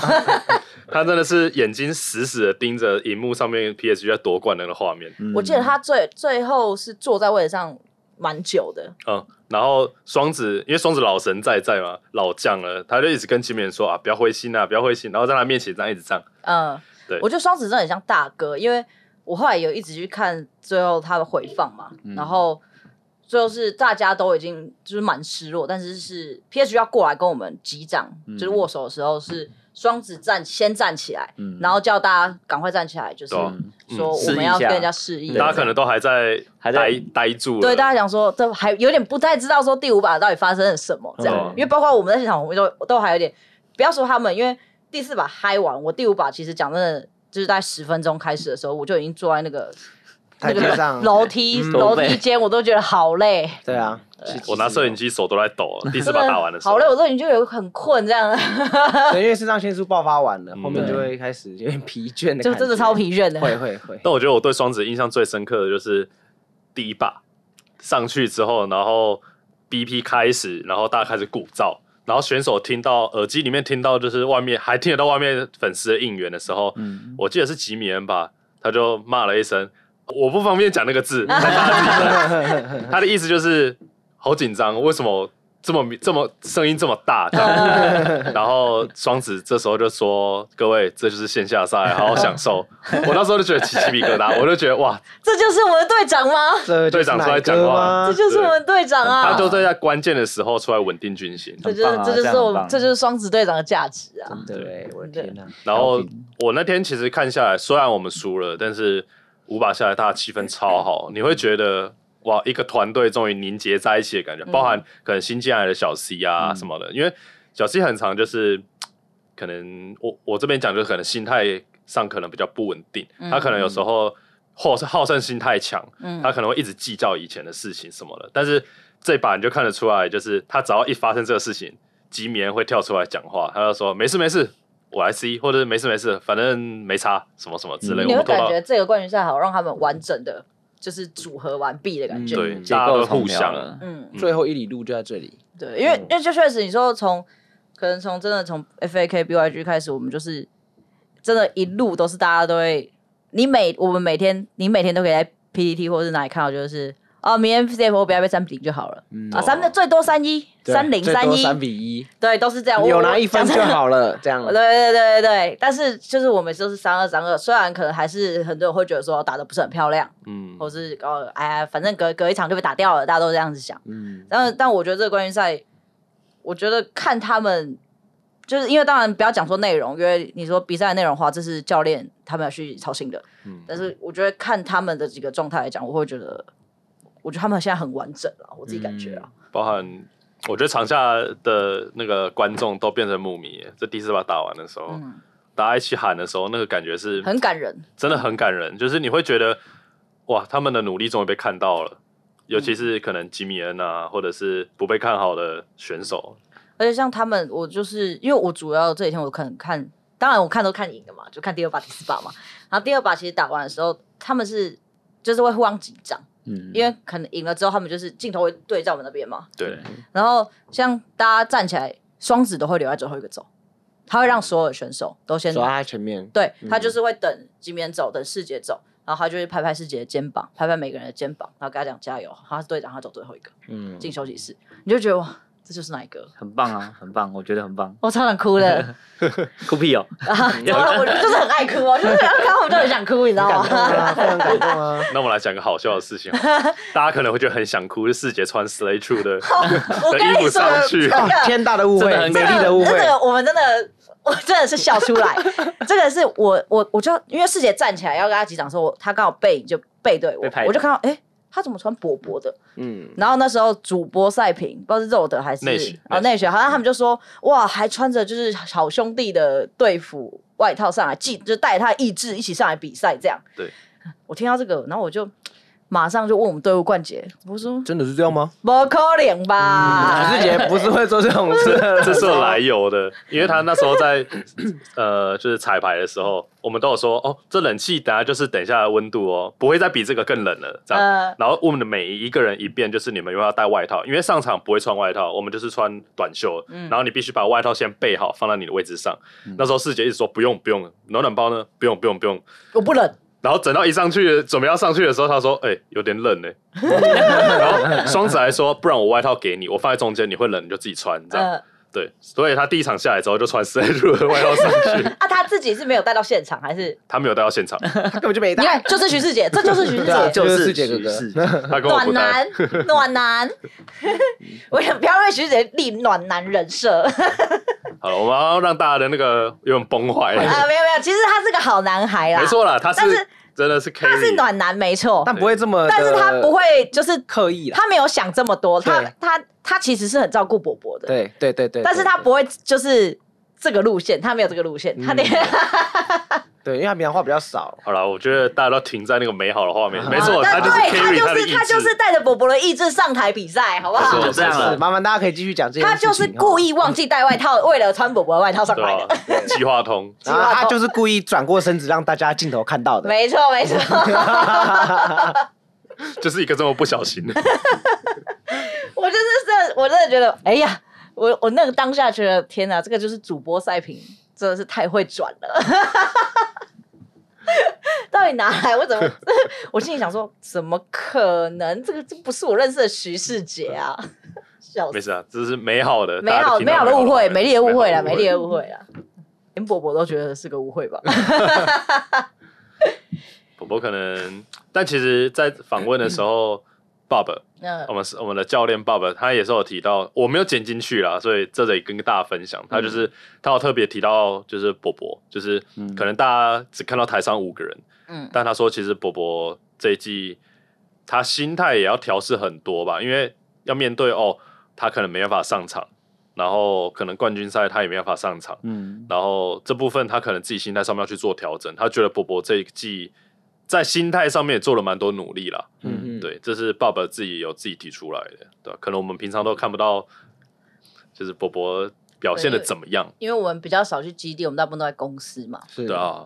[SPEAKER 4] 他真的是眼睛死死的盯着荧幕上面 PSG 在夺冠的那个画面，
[SPEAKER 2] 嗯
[SPEAKER 1] 我记得他最最后是坐在位置上蛮久的，
[SPEAKER 4] 嗯，然后双子，因为双子老神在在嘛，老将了，他就一直跟金明说啊，不要灰心啊，不要灰心，然后在他面前这样一直这样，
[SPEAKER 1] 嗯，
[SPEAKER 4] 对
[SPEAKER 1] 我觉得双子真的很像大哥，因为我后来有一直去看最后他的回放嘛，
[SPEAKER 4] 嗯
[SPEAKER 1] 然后最后是大家都已经就是蛮失落，但是是 PH 要过来跟我们击掌，
[SPEAKER 4] 嗯
[SPEAKER 1] 就是握手的时候是双子站先站起来，
[SPEAKER 2] 嗯
[SPEAKER 1] 然后叫大家赶快站起来，就是
[SPEAKER 4] 对啊
[SPEAKER 1] 说
[SPEAKER 2] 嗯
[SPEAKER 1] 我们要
[SPEAKER 2] 示意
[SPEAKER 1] 跟
[SPEAKER 2] 一下
[SPEAKER 1] 人家示意，
[SPEAKER 2] 对
[SPEAKER 4] 大家可能都还在
[SPEAKER 2] 还在
[SPEAKER 4] 呆呆住了，
[SPEAKER 1] 对，大家讲说，这还有点不太知道说第五把到底发生了什么这样，
[SPEAKER 2] 嗯
[SPEAKER 1] 因为包括我们在现场，我们都都还有点，不要说他们，因为第四把嗨完，我第五把其实讲真的，就是在十分钟开始的时候，我就已经坐在那个
[SPEAKER 3] 台阶上，
[SPEAKER 1] 楼梯、
[SPEAKER 3] 嗯
[SPEAKER 1] 楼梯间，我都觉得好累，
[SPEAKER 3] 对啊，
[SPEAKER 4] 呃
[SPEAKER 1] 哎
[SPEAKER 4] 我拿摄影机手都在抖， 第四
[SPEAKER 1] 真
[SPEAKER 4] 把
[SPEAKER 1] 的
[SPEAKER 4] 打完的时候，
[SPEAKER 1] 好累，我都已经就有很困这样，
[SPEAKER 3] 对，因为肾上腺素爆发完了，
[SPEAKER 4] 嗯
[SPEAKER 3] 后面就会开始有点疲倦的，
[SPEAKER 1] 就真的超，疲倦
[SPEAKER 3] 会
[SPEAKER 1] 的。
[SPEAKER 3] 会会，
[SPEAKER 4] 但我觉得我对双子印象最深刻的就是第一把上去之后，然后 BP 开始，然后大家开始鼓噪，然后选手听到耳机里面听到就是外面还听得到外面粉丝的应援的时候，
[SPEAKER 2] 嗯
[SPEAKER 4] 我记得是吉米恩吧，他就骂了一声，我不方便讲那 个字，但大家自己猜他的意思就是好紧张，为什么这么这么声音这么大？这样
[SPEAKER 1] 嗯
[SPEAKER 4] 然后双子这时候就说：“各位，这就是线下赛，好好享受。” 我那时候就觉得起鸡皮疙瘩，我就觉得哇，
[SPEAKER 1] 这就是我们的队长吗？
[SPEAKER 3] 这
[SPEAKER 4] 队长出来讲话
[SPEAKER 3] 歌吗
[SPEAKER 1] 这？就是我们队长
[SPEAKER 4] 他
[SPEAKER 1] 啊！
[SPEAKER 4] 就在关键的时候出来稳定军心。
[SPEAKER 1] 这就是
[SPEAKER 2] 很棒啊
[SPEAKER 1] 这就是
[SPEAKER 2] 这样
[SPEAKER 1] 我
[SPEAKER 2] 很
[SPEAKER 1] 们
[SPEAKER 2] 棒
[SPEAKER 1] 这就是双子队长的价值啊！
[SPEAKER 3] 对，我的天哪！
[SPEAKER 4] 然后
[SPEAKER 2] 小品
[SPEAKER 4] 我那天其实看下来，虽然我们输了，但是五把下来，大家气氛超好，你会觉得。哇，一个团队终于凝结在一起的感觉，
[SPEAKER 1] 嗯
[SPEAKER 4] 包含可能新进来的小 C 啊
[SPEAKER 2] 嗯
[SPEAKER 4] 什么的，因为小 C 很常就是可能我我这边讲就是可能心态上可能比较不稳定，
[SPEAKER 1] 嗯
[SPEAKER 4] 他可能有时候好好胜心太强，
[SPEAKER 1] 嗯
[SPEAKER 4] 他可能会一直计较以前的事情什么的。但是这把你就看得出来，就是他只要一发生这个事情，吉米恩会跳出来讲话，他就说没事没事，我来 C，或者是没事没事，反正没差，什么什么之类。
[SPEAKER 2] 嗯
[SPEAKER 4] 我
[SPEAKER 1] 你
[SPEAKER 4] 们
[SPEAKER 1] 会
[SPEAKER 4] 拖
[SPEAKER 1] 感
[SPEAKER 4] 到
[SPEAKER 1] 觉这个冠军赛好让他们完整的就是组合完毕的感
[SPEAKER 3] 嗯
[SPEAKER 1] 觉。
[SPEAKER 4] 对，
[SPEAKER 2] 结
[SPEAKER 4] 大家
[SPEAKER 2] 构
[SPEAKER 4] 都
[SPEAKER 2] 重
[SPEAKER 4] 互
[SPEAKER 2] 调
[SPEAKER 4] 相
[SPEAKER 2] 了，
[SPEAKER 1] 嗯，
[SPEAKER 3] 最后一里路就在这里，
[SPEAKER 1] 对，因为
[SPEAKER 3] 嗯
[SPEAKER 1] 因为就确实你说从可能从真的从 FAK BYG 开始，我们就是真的一路都是大家都会，你每我们每天你每天都可以在 PPT 或是哪里看到就是。哦，明天 CFO 不要被三比零就好了、啊，三最多三一三零
[SPEAKER 3] 嗯对啊最
[SPEAKER 1] 三
[SPEAKER 3] 多
[SPEAKER 1] 一，
[SPEAKER 3] 三比一，
[SPEAKER 1] 对，都是这样。我
[SPEAKER 3] 有
[SPEAKER 1] 我
[SPEAKER 3] 拿一分
[SPEAKER 1] 讲
[SPEAKER 3] 就好了，这样
[SPEAKER 1] 对对对对对，但是就是我们都是三二三二，虽然可能还是很多人会觉得说打的不是很漂亮，
[SPEAKER 4] 嗯，
[SPEAKER 1] 或是哦哎呀，反正隔隔一场就被打掉了，大家都这样子想。
[SPEAKER 2] 嗯
[SPEAKER 1] 但但我觉得这个冠军赛，我觉得看他们，就是因为当然不要讲说内容，因为你说比赛的内容的话，这是教练他们要去操心的。
[SPEAKER 4] 嗯
[SPEAKER 1] 但是我觉得看他们的几个状态来讲，我会觉得，我觉得他们现在很完整了，我自己感觉啊。
[SPEAKER 4] 包含。我觉得场下的那个观众都变成木迷耶，这第四把打完的时候，
[SPEAKER 1] 嗯
[SPEAKER 4] 大家一起喊的时候，那个感觉是
[SPEAKER 1] 很感人，
[SPEAKER 4] 真的很感人，就是你会觉得哇，他们的努力终于被看到了，尤其是可能吉米恩啊，或者是不被看好的选手，
[SPEAKER 1] 而且像他们，我就是因为我主要这几天我可能看，当然我看都看赢的嘛，就看第二把、第四把嘛。然后第二把其实打完的时候，他们是就是会互相紧张，
[SPEAKER 2] 嗯，
[SPEAKER 1] 因为可能赢了之后，他们就是镜头会对在我们那边嘛。
[SPEAKER 4] 对，
[SPEAKER 1] 然后像大家站起来，双子都会留在最后一个走，他会让所有的选手都先
[SPEAKER 3] 走到他前面，
[SPEAKER 1] 对他就是会等金边走，等世杰走，然后他就会拍拍世杰的肩膀，拍拍每个人的肩膀，然后跟他讲加油。他是队长，他走最后一个
[SPEAKER 3] 嗯，
[SPEAKER 1] 进休息室，你就觉得哇，这就是那一个，
[SPEAKER 2] 很棒啊，很棒，我觉得很棒。
[SPEAKER 1] 我差点哭了
[SPEAKER 2] 酷屁哦，
[SPEAKER 1] 啊！怎么 了我就是很爱哭哦，就是要看到我就很想哭，你知道
[SPEAKER 3] 感动
[SPEAKER 1] 吗？
[SPEAKER 3] 啊，非常感动啊。
[SPEAKER 4] 那我们来讲个好笑的事情好了，大家可能会觉得很想哭，是世杰穿 Slay True 的
[SPEAKER 1] 哦我
[SPEAKER 4] 的
[SPEAKER 1] 跟
[SPEAKER 4] 衣
[SPEAKER 1] 你
[SPEAKER 4] 服
[SPEAKER 1] 说
[SPEAKER 4] 上去，
[SPEAKER 1] 真
[SPEAKER 3] 哦
[SPEAKER 1] 的，
[SPEAKER 3] 天大的误会
[SPEAKER 2] 真的，很
[SPEAKER 3] 美
[SPEAKER 1] 这
[SPEAKER 3] 丽
[SPEAKER 1] 个
[SPEAKER 3] 的误会
[SPEAKER 1] 这，个我们真的，我真的是笑出来。这个是我我我就因为师姐站起来要跟他击掌的时候，我她刚好背影就背对我
[SPEAKER 2] 被拍，到
[SPEAKER 1] 我就看到哎。诶她怎么穿薄薄的？
[SPEAKER 3] 嗯，
[SPEAKER 1] 然后那时候主播赛评，不知道是肉的还是
[SPEAKER 4] 内嗯雪
[SPEAKER 1] 啊内雪，好像他们就说哇，还穿着就是好兄弟的队服外套上来，记就带着他的意志一起上来比赛这样。
[SPEAKER 4] 对，
[SPEAKER 1] 我听到这个，然后我就马上就问我们队伍冠杰，我说
[SPEAKER 3] 真的是这样吗？
[SPEAKER 1] 不可能
[SPEAKER 4] 嗯
[SPEAKER 1] 吧？
[SPEAKER 3] 子杰不是会做这种事，
[SPEAKER 4] 这是有来由的，因为他那时候在呃，就是彩排的时候，我们都有说哦，这冷气等下就是等一下的温度哦，不会再比这个更冷了，这样。
[SPEAKER 1] 呃
[SPEAKER 4] 然后我们的每一个人一遍，就是你们又要带外套，因为上场不会穿外套，我们就是穿短袖。
[SPEAKER 1] 嗯
[SPEAKER 4] 然后你必须把外套先备好，放在你的位置上。那时候世杰一直说不用不用，暖暖包呢？不用不用不用。
[SPEAKER 1] 我不冷，
[SPEAKER 4] 然后等到一上去，准备要上去的时候，他说：“哎、有点冷哎、 然后双子还说：“不然我外套给你，我放在中间，你会冷你就自己穿。”这样、
[SPEAKER 1] 呃，
[SPEAKER 4] 对，所以他第一场下来之后就穿 s l 的外套上 去，
[SPEAKER 1] 啊，他自己是没有带到现场，还 是
[SPEAKER 4] 他没有带到现场，
[SPEAKER 3] 他 根本就没
[SPEAKER 1] 你
[SPEAKER 3] 带。
[SPEAKER 4] 啊
[SPEAKER 1] 看，就是徐世杰，这就是 徐世
[SPEAKER 3] 对啊
[SPEAKER 1] 杰，
[SPEAKER 3] 就
[SPEAKER 2] 就是是
[SPEAKER 3] 世界哥
[SPEAKER 2] 徐
[SPEAKER 3] 哥
[SPEAKER 2] 世杰
[SPEAKER 4] 他跟我
[SPEAKER 1] 暖
[SPEAKER 4] 不带。
[SPEAKER 1] 男， 暖男， 我也不要为徐世杰立暖男人设啊，
[SPEAKER 4] 好了，我们要让大家的那个有点崩 坏。
[SPEAKER 1] 啊没有没有，其实他是个好男孩啦，
[SPEAKER 4] 哎没，错啦，他
[SPEAKER 1] 哎但
[SPEAKER 4] 是
[SPEAKER 1] 是
[SPEAKER 4] 真的是 carry，
[SPEAKER 1] 他是暖男没错，
[SPEAKER 3] 但不会这么，
[SPEAKER 1] 但是他不会就是
[SPEAKER 3] 刻意啦。
[SPEAKER 1] 他没有想这么多，他
[SPEAKER 3] 对
[SPEAKER 1] 他他其实是很照顾伯伯的，
[SPEAKER 3] 对对对对，
[SPEAKER 1] 但是他不会就是这个路线，他没有这个路线，他
[SPEAKER 4] 嗯
[SPEAKER 1] 连
[SPEAKER 3] 对，因为他平常话比较少，
[SPEAKER 4] 好了，我觉得大家都停在那个美好的画面。没错，
[SPEAKER 1] 但
[SPEAKER 4] 就是
[SPEAKER 1] 啊对
[SPEAKER 4] carry
[SPEAKER 1] 他
[SPEAKER 4] 的
[SPEAKER 1] 就
[SPEAKER 4] 意
[SPEAKER 1] 是他就是
[SPEAKER 4] 志。
[SPEAKER 1] 带着伯伯的意志上台比赛，好不好
[SPEAKER 4] 没？错
[SPEAKER 2] 就这样
[SPEAKER 3] 是
[SPEAKER 2] 了。
[SPEAKER 3] 麻烦大家可以继续讲这件
[SPEAKER 1] 他
[SPEAKER 3] 事情。
[SPEAKER 1] 就是故
[SPEAKER 3] 意，
[SPEAKER 1] 意忘记带外套，为了穿伯伯的外套上
[SPEAKER 4] 对
[SPEAKER 1] 来的。
[SPEAKER 4] 吧？ 计划通，
[SPEAKER 3] 然后他就是故意转过身子让大家镜头看到
[SPEAKER 1] 啊
[SPEAKER 3] 的。
[SPEAKER 1] 没错，没错。
[SPEAKER 4] 就是一个这么不 小心的。
[SPEAKER 1] 我就是真的，我真的觉得，哎呀，我我那个当下觉得，天哪，这个就是主播赛评，真的是太会转了。 到底哪来？我怎么？ 我心里想说，怎么可能？这个这不是我认识的徐世杰啊！笑
[SPEAKER 4] 没
[SPEAKER 1] 死！
[SPEAKER 4] 事啊，这是美好的，
[SPEAKER 1] 美
[SPEAKER 4] 大家
[SPEAKER 1] 好
[SPEAKER 4] 都听
[SPEAKER 1] 美
[SPEAKER 4] 到
[SPEAKER 1] 好的误会，美丽的误会啦，美
[SPEAKER 4] 美
[SPEAKER 1] 丽
[SPEAKER 4] 好
[SPEAKER 1] 的误会啦。连伯伯都觉得是个误会吧？
[SPEAKER 4] 宝宝可能，但其实，在访问的时候，Bob，
[SPEAKER 1] 那
[SPEAKER 4] 我们是我们的教练 Bob，他也是有提到，我没有剪进去啦，所以这里跟大家分享，他就是、他有特别提到，就是伯伯，就是
[SPEAKER 2] 嗯
[SPEAKER 4] 可能大家只看到台上五个人，
[SPEAKER 1] 嗯
[SPEAKER 4] 但他说其实伯伯这一季他心态也要调试很多吧，因为要面对哦，他可能没办法上场，然后可能冠军赛他也没办法上场，
[SPEAKER 2] 嗯，
[SPEAKER 4] 然后这部分他可能自己心态上面要去做调整，他觉得伯伯这一季在心态上面也做了蛮多努力啦。
[SPEAKER 3] 嗯，嗯，
[SPEAKER 4] 对，这是爸爸自己有自己提出来的，对吧可能我们平常都看不到，就是伯伯表现的怎么样，
[SPEAKER 1] 因为我们比较少去基地，我们大部分都在公司嘛。
[SPEAKER 3] 是
[SPEAKER 4] 对，啊。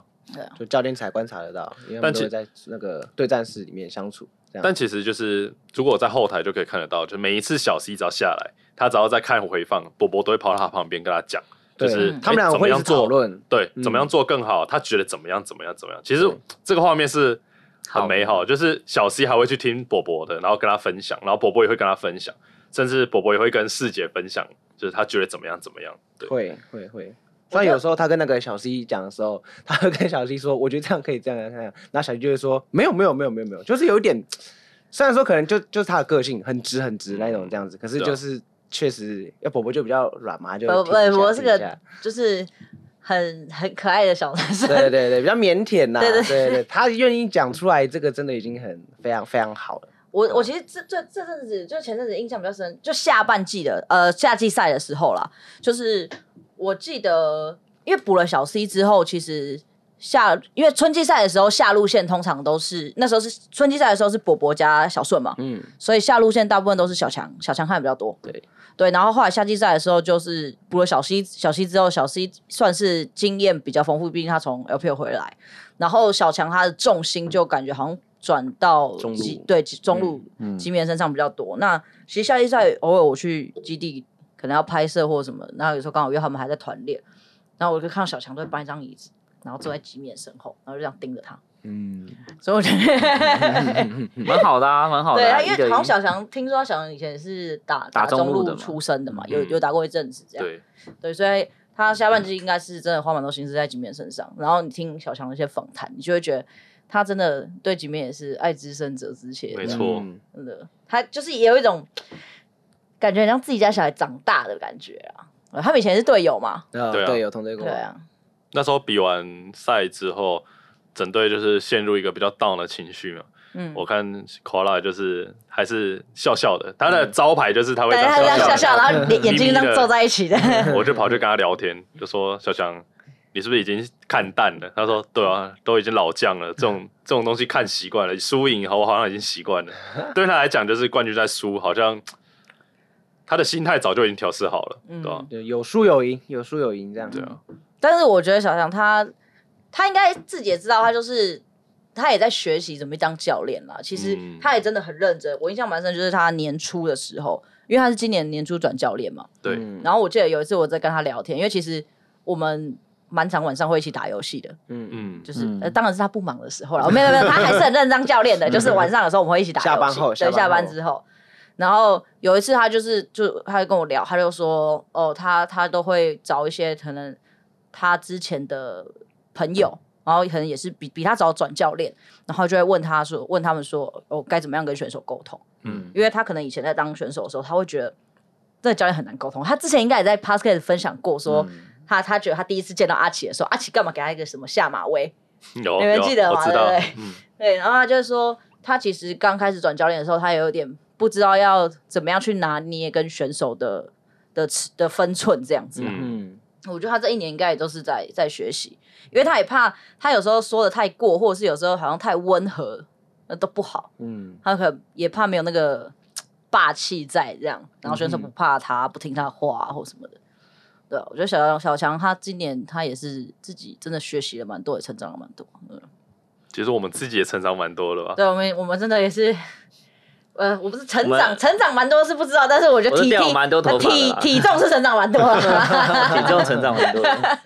[SPEAKER 3] 就教练才观察得到，因为他们
[SPEAKER 4] 但其
[SPEAKER 3] 都会在那个对战室里面相处。这样
[SPEAKER 4] 但其实就是，如果我在后台就可以看得到，就每一次小 C 只要下来，他只要在看回放，伯伯都会跑到他旁边跟他讲，就
[SPEAKER 3] 对
[SPEAKER 4] 是
[SPEAKER 3] 他们
[SPEAKER 4] 哎
[SPEAKER 3] 俩
[SPEAKER 4] 怎么
[SPEAKER 3] 会一
[SPEAKER 4] 样
[SPEAKER 3] 直
[SPEAKER 4] 做
[SPEAKER 3] 讨论，
[SPEAKER 4] 对，
[SPEAKER 3] 嗯
[SPEAKER 4] 怎么样做更好？他觉得怎么样？怎么样？怎么样？其实
[SPEAKER 3] 对
[SPEAKER 4] 这个画面是很
[SPEAKER 2] 好
[SPEAKER 4] 美好，就是小 C 还会去听伯伯的，然后跟他分享，然后伯伯也会跟他分享，甚至伯伯也会跟师姐分享，就是他觉得怎么样怎么样。对，
[SPEAKER 3] 会会会。虽然有时候他跟那个小 C 讲的时候，他会跟小 C 说：“我觉得这样可以这样这样这样。”然后小 C 就会说：“没有没有没有没有没有，就是有一点，虽然说可能就就是他的个性很直很直那种这样子，可是
[SPEAKER 4] 对啊
[SPEAKER 3] 就是确实，要伯伯就比较软嘛，就
[SPEAKER 1] 伯
[SPEAKER 3] 听一下
[SPEAKER 1] 伯伯是
[SPEAKER 3] 听一
[SPEAKER 1] 个
[SPEAKER 3] 下
[SPEAKER 1] 就是很很可爱的小男生，
[SPEAKER 3] 对对对，比较腼腆呐、
[SPEAKER 1] 对对
[SPEAKER 3] 对对对，他愿意讲出来，这个真的已经很非常非常好了。
[SPEAKER 1] 我我其实这这这阵子就前阵子印象比较深，就下半季的呃夏季赛的时候啦，就是我记得因为补了小 C 之后，其实下因为春季赛的时候下路线通常都是那时候是春季赛的时候是伯伯加小顺嘛，
[SPEAKER 3] 嗯，
[SPEAKER 1] 所以下路线大部分都是小强小强看比较多。
[SPEAKER 3] 对
[SPEAKER 1] 对，然后后来夏季赛的时候就是补了小 C 小 C 之后，小 C 算是经验比较丰富，毕竟他从 LPL 回来，然后小强他的重心就感觉好像转到
[SPEAKER 3] 中路
[SPEAKER 1] 基对基中路
[SPEAKER 2] 嗯嗯
[SPEAKER 1] 吉米人身上比较多。那其实夏季赛偶尔我去基地可能要拍摄或什么，然后有时候刚好约他们还在团练，然后我就看到小强都会搬一张椅子，然后坐在吉米的身后，然后就这样盯着他。
[SPEAKER 3] 嗯，
[SPEAKER 1] 所以我觉得，
[SPEAKER 2] 蛮好的啊，蛮好
[SPEAKER 1] 对
[SPEAKER 2] 的啊。
[SPEAKER 1] 啊，因
[SPEAKER 2] 一对
[SPEAKER 1] 为
[SPEAKER 2] 一
[SPEAKER 1] 好像小强听说他小强以前是打
[SPEAKER 2] 打中
[SPEAKER 1] 中
[SPEAKER 2] 路的嘛
[SPEAKER 1] 出身的嘛，有
[SPEAKER 4] 嗯
[SPEAKER 1] 有打过一阵子这样。
[SPEAKER 4] 对，
[SPEAKER 1] 对，所以他下半季应该是真的花蛮多心思在吉米的身上。然后你听小强的一些访谈，你就会觉得他真的对吉米也是爱之深责之切，
[SPEAKER 4] 没
[SPEAKER 1] 这样
[SPEAKER 4] 错
[SPEAKER 3] 嗯
[SPEAKER 1] 真的，他就是也有一种感觉，很像自己家小孩长大的感觉啊。呃他们以前是队友嘛，
[SPEAKER 3] 呃
[SPEAKER 4] 对啊
[SPEAKER 3] 对，有同队过
[SPEAKER 1] 对，啊，
[SPEAKER 4] 那时候比完赛之后，整队就是陷入一个比较 down 的情绪嘛。
[SPEAKER 1] 嗯，
[SPEAKER 4] 我看 Koala 就是还是笑笑的，他的招牌就是他会这
[SPEAKER 1] 但是
[SPEAKER 4] 样
[SPEAKER 1] 他这样笑
[SPEAKER 4] 笑
[SPEAKER 1] 笑，然 后眼
[SPEAKER 4] 眯
[SPEAKER 1] 眼睛这
[SPEAKER 4] 眯
[SPEAKER 1] 样
[SPEAKER 4] 的
[SPEAKER 1] 皱在一 起的，
[SPEAKER 4] 我就跑去跟他聊天，就说小强，你是不是已经看淡了？他说对啊，都已经老将了，这 种这种东西看习惯了，输赢我好像已经习惯了。对他来讲，就是冠军在输，好像他的心态早就已经调试好了，
[SPEAKER 1] 嗯
[SPEAKER 4] 对
[SPEAKER 2] 啊
[SPEAKER 4] 吧、
[SPEAKER 3] 对，有输有赢，有输有赢这样。
[SPEAKER 4] 对啊，
[SPEAKER 1] 但是我觉得小强他他应该自己也知道，他就是他也在学习怎么当教练啦。其实
[SPEAKER 4] 嗯
[SPEAKER 1] 他也真的很认真。我印象蛮深，就是他年初的时候，因为他是今年年初转教练嘛。
[SPEAKER 4] 对
[SPEAKER 3] 嗯
[SPEAKER 1] 然后我记得有一次我在跟他聊天，因为其实我们蛮常晚上会一起打游戏的，
[SPEAKER 3] 嗯，嗯
[SPEAKER 4] 嗯，
[SPEAKER 1] 就是、
[SPEAKER 2] 嗯
[SPEAKER 1] 呃当然是他不忙的时候了，哦没有没有，他还是很认真当教练的，就是晚上的时候我们会一起打游戏
[SPEAKER 3] 下班后下
[SPEAKER 1] 对，
[SPEAKER 3] 班后
[SPEAKER 1] 下班之后。然后有一次他就是就他就跟我聊，他就说哦，他他都会找一些可能他之前的朋友，然后可能也是比比他早转教练，然后就会问他说问他们说哦该怎么样跟选手沟通，
[SPEAKER 4] 嗯
[SPEAKER 1] 因为他可能以前在当选手的时候，他会觉得这个教练很难沟通。他之前应该也在 p a s c a s t 分享过说。
[SPEAKER 3] 嗯
[SPEAKER 1] 他他觉得他第一次见到阿奇的时候，阿奇干嘛给他一个什么下马威？
[SPEAKER 4] 嗯有
[SPEAKER 1] 你们
[SPEAKER 4] 有
[SPEAKER 1] 记得吗
[SPEAKER 4] 我知道
[SPEAKER 1] 对不对，
[SPEAKER 4] 嗯，
[SPEAKER 1] 对，然后他就说，他其实刚开始转教练的时候，他也有点不知道要怎么样去拿捏跟选手的的尺的分寸这样子啊、
[SPEAKER 4] 嗯
[SPEAKER 3] 嗯，
[SPEAKER 1] 我觉得他这一年应该也都是在在学习，因为他也怕他有时候说的太过，或者是有时候好像太温和，那都不好。
[SPEAKER 3] 嗯，
[SPEAKER 1] 他可也怕没有那个霸气在这样，然后选手不怕他，不听他话或什么的。对啊，我觉得小强小强他今年他也是自己真的学习了蛮多，也成长了蛮多。嗯，
[SPEAKER 4] 其实我们自己也成长蛮多了吧？
[SPEAKER 1] 对，我们我们真的也是， 呃，我不是成
[SPEAKER 2] 我
[SPEAKER 1] 长
[SPEAKER 2] 们
[SPEAKER 1] 成长蛮多是不知道，但是我觉得
[SPEAKER 2] 我是
[SPEAKER 1] 体
[SPEAKER 2] 掉
[SPEAKER 1] 体
[SPEAKER 2] 蛮多头发的
[SPEAKER 1] 体
[SPEAKER 2] 啦
[SPEAKER 1] 体重是成长蛮多的，
[SPEAKER 2] 体重成长很多的，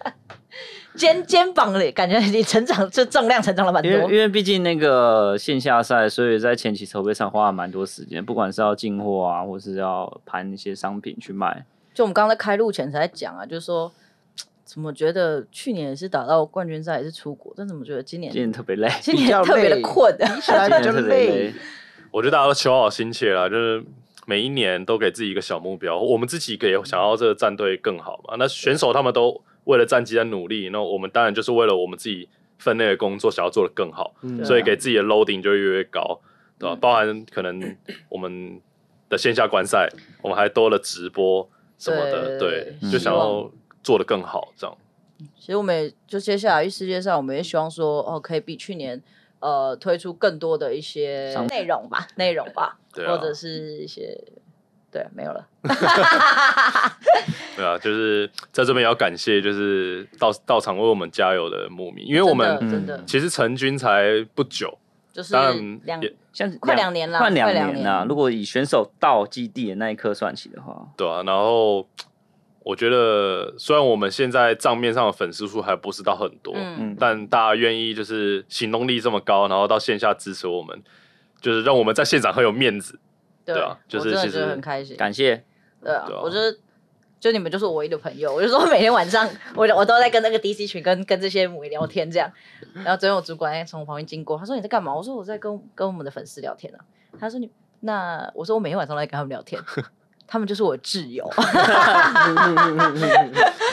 [SPEAKER 1] 肩肩膀也感觉你成长就重量成长了蛮
[SPEAKER 2] 因为
[SPEAKER 1] 多
[SPEAKER 2] 因。为毕竟那个线下赛，所以在前期筹备上花了蛮多时间，不管是要进货啊，或是要盘一些商品去卖。
[SPEAKER 1] 就我们刚刚在开录前才在讲啊，就是说。怎么觉得去年也是打到冠军赛，也是出国，但怎么觉得今年
[SPEAKER 2] 今天特别累，
[SPEAKER 1] 今年
[SPEAKER 3] 比较
[SPEAKER 1] 特别的
[SPEAKER 3] 累
[SPEAKER 1] 困？
[SPEAKER 3] 起来
[SPEAKER 2] 今天
[SPEAKER 3] 比较
[SPEAKER 2] 特别
[SPEAKER 3] 累
[SPEAKER 2] 累，。
[SPEAKER 4] 我觉得大家都求好心切啦，就是每一年都给自己一个小目标。我们自己也想要这个战队更好嘛。那选手他们都为了战绩在努力，那我们当然就是为了我们自己分内的工作，想要做得更好，
[SPEAKER 3] 嗯
[SPEAKER 1] 对啊
[SPEAKER 4] 所以给自己的 loading 就越来越高，对吧、
[SPEAKER 1] 嗯
[SPEAKER 4] 包含可能我们的线下观赛，我们还多了直播什么
[SPEAKER 1] 对
[SPEAKER 4] 的，对，
[SPEAKER 2] 嗯
[SPEAKER 4] 就想要做得更好，这样。
[SPEAKER 1] 其实我们也就接下来世界上，我们也希望说，哦，可以比去年呃推出更多的一些
[SPEAKER 2] 商
[SPEAKER 1] 内容吧，内容吧，
[SPEAKER 4] 对啊
[SPEAKER 1] 或者是一些对，没有了。
[SPEAKER 4] 对啊，就是在这边也要感谢，就是到到场为我们加油的牧民，因为我
[SPEAKER 1] 真的
[SPEAKER 4] 们
[SPEAKER 1] 真的、
[SPEAKER 2] 嗯
[SPEAKER 4] 其实成军才不久，
[SPEAKER 1] 就是
[SPEAKER 4] 当然
[SPEAKER 1] 两
[SPEAKER 4] 也
[SPEAKER 2] 像
[SPEAKER 1] 快两年啦
[SPEAKER 2] 快
[SPEAKER 1] 快
[SPEAKER 2] 两
[SPEAKER 1] 两
[SPEAKER 2] 年啦、
[SPEAKER 1] 年
[SPEAKER 2] 如果以选手到基地的那一刻算起的话，
[SPEAKER 4] 对啊，然后我觉得，虽然我们现在账面上的粉丝数还不是到很多，
[SPEAKER 1] 嗯，
[SPEAKER 2] 嗯，
[SPEAKER 4] 但大家愿意就是行动力这么高，然后到线下支持我们，就是让我们在现场很有面子。
[SPEAKER 1] 对
[SPEAKER 4] 对啊就是
[SPEAKER 1] 我真的
[SPEAKER 4] 其
[SPEAKER 1] 觉得
[SPEAKER 4] 实
[SPEAKER 1] 很开心。
[SPEAKER 2] 感谢
[SPEAKER 1] 对啊，
[SPEAKER 4] 对啊
[SPEAKER 1] 我就是就你们就是我唯一的朋友，我就说每天晚上我我都在跟那个 DC 群跟跟这些母聊天这样，然后昨天我主管哎从我旁边经过，他说你在干嘛？我说我在跟跟我们的粉丝聊天啊。他说你那我说我每天晚上都在跟他们聊 天，他们就是我挚友。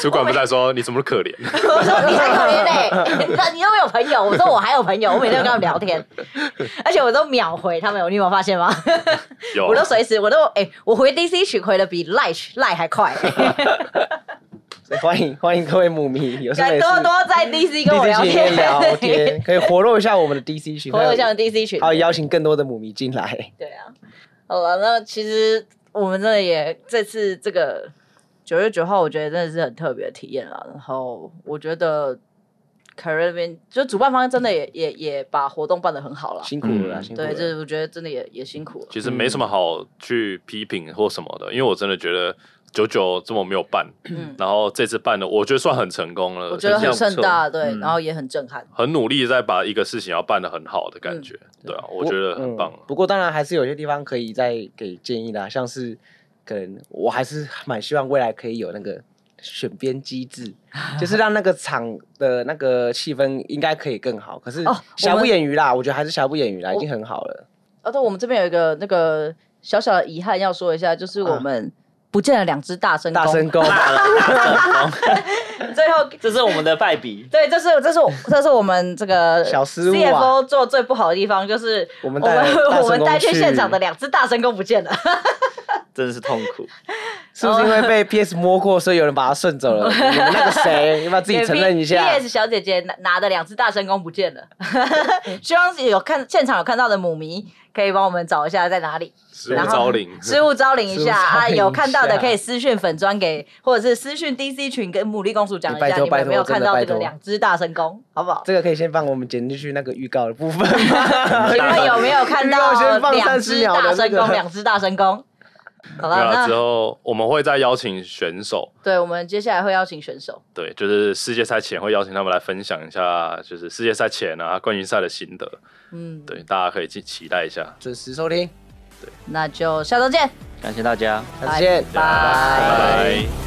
[SPEAKER 4] 主管不在说你怎 么可怜，
[SPEAKER 1] 我说你才可怜嘞，那你都没有朋友。我说我还有朋友，我每天都跟他们聊天， 而且我都秒回他们，你有没有发现吗？
[SPEAKER 3] 哦
[SPEAKER 4] 有
[SPEAKER 1] 我都随时我都哎、我回 DC 群回的比赖赖还 快、
[SPEAKER 3] 所以欢迎欢迎各位母迷，有事没
[SPEAKER 1] 该
[SPEAKER 3] 事
[SPEAKER 1] 多多在 DC 跟我
[SPEAKER 3] DC
[SPEAKER 1] 聊
[SPEAKER 3] 群里
[SPEAKER 1] 天，
[SPEAKER 3] 面 聊天，可以活络一下我们的 DC 群，
[SPEAKER 1] 活跃向 DC 群。
[SPEAKER 3] 还有邀请更多的母迷进来。
[SPEAKER 1] 对啊，好了，那其实我们真的也这次这啊个九月九号，我觉得真的是很特别的体验了。然后我觉得 Caribbean，就主办方真的也也也把活动办得很好了。
[SPEAKER 3] 辛苦了啦，
[SPEAKER 2] 嗯
[SPEAKER 3] 辛苦了。
[SPEAKER 1] 对，这我觉得真的也也辛苦了。
[SPEAKER 4] 其实没什么好去批评或什么的，因为我真的觉得九九这么没有办，
[SPEAKER 1] 嗯
[SPEAKER 4] 然后这次办的我觉得算很成功了，
[SPEAKER 1] 我觉得
[SPEAKER 4] 就是
[SPEAKER 1] 很
[SPEAKER 2] 印象
[SPEAKER 1] 盛
[SPEAKER 2] 不错
[SPEAKER 1] 大，对，
[SPEAKER 2] 嗯
[SPEAKER 1] 然后也很震撼。
[SPEAKER 4] 很努力在把一个事情要办得很好的
[SPEAKER 1] 嗯
[SPEAKER 4] 感觉，对啊，我觉得很棒
[SPEAKER 3] 嗯。不过当然还是有些地方可以再给建议啦，像是可能我还是蛮希望未来可以有那个选编 机制，就是让那个场的那个气氛应该可以更好。可是
[SPEAKER 1] 哦
[SPEAKER 3] 瑕
[SPEAKER 1] 我
[SPEAKER 3] 不
[SPEAKER 1] 们
[SPEAKER 3] 掩瑜啦，我觉得还是瑕不掩瑜啦，已
[SPEAKER 1] 我
[SPEAKER 3] 经很好了。
[SPEAKER 1] 哦，对，我们这边有一个那个小小的遗憾要说一下，就是我们不见了两只大声
[SPEAKER 3] 嗯大声
[SPEAKER 1] 公，
[SPEAKER 3] 公，
[SPEAKER 2] 大了，
[SPEAKER 1] 最后
[SPEAKER 2] 这是我们的败笔。
[SPEAKER 1] 对，这是这是 我这是我们这个
[SPEAKER 3] 小失误啊
[SPEAKER 1] CFO 做最不好的地方，就是
[SPEAKER 3] 我们
[SPEAKER 1] 我
[SPEAKER 3] 带了大
[SPEAKER 1] 们我
[SPEAKER 3] 声
[SPEAKER 1] 们
[SPEAKER 3] 公
[SPEAKER 1] 带去
[SPEAKER 3] 去
[SPEAKER 1] 现场的两只大声公不见了。
[SPEAKER 2] 真的是痛苦。
[SPEAKER 3] 是不是因为被 PS 摸过，所以有人把它顺走了？你们那个谁，要不要自己承认一下
[SPEAKER 1] P.S. 小姐姐拿拿的两只大声公不见了， 希望有看现场有看到的母迷可以帮我们找一下在哪里，
[SPEAKER 4] 失物招领，
[SPEAKER 1] 失物招领一下
[SPEAKER 3] 失物招
[SPEAKER 1] 啊！
[SPEAKER 3] 领一下
[SPEAKER 1] 有看到的可以私讯粉砖给，或者是私讯 DC 群跟牡蛎公主讲一
[SPEAKER 3] 哎拜
[SPEAKER 1] 下，
[SPEAKER 3] 托
[SPEAKER 1] 你们有没有
[SPEAKER 3] 拜托
[SPEAKER 1] 看到这
[SPEAKER 3] 真的拜
[SPEAKER 1] 个
[SPEAKER 3] 托
[SPEAKER 1] 两只大声公，好不好？
[SPEAKER 3] 这个可以先帮我们剪进去那个预告的部分 吗？
[SPEAKER 1] 你们有没有看到
[SPEAKER 3] 预告先放
[SPEAKER 1] 两
[SPEAKER 3] 30
[SPEAKER 1] 只
[SPEAKER 3] 秒
[SPEAKER 1] 大
[SPEAKER 3] 的
[SPEAKER 1] 声
[SPEAKER 3] 那
[SPEAKER 1] 公？
[SPEAKER 3] 个
[SPEAKER 1] 两只大声公。好
[SPEAKER 4] 对
[SPEAKER 1] 了，
[SPEAKER 4] 啊，之
[SPEAKER 1] 那
[SPEAKER 4] 后我们会再邀请选手，
[SPEAKER 1] 对我们接下来会邀请选手，
[SPEAKER 4] 对，就是世界赛前会邀请他们来分享一下，就是世界赛前啊冠军赛的心得，
[SPEAKER 1] 嗯，
[SPEAKER 4] 对，大家可以期期待一下，
[SPEAKER 3] 准时收听，
[SPEAKER 1] 那就下周见，
[SPEAKER 2] 感谢大家。
[SPEAKER 3] 下次见。
[SPEAKER 1] 拜
[SPEAKER 4] 啊拜拜。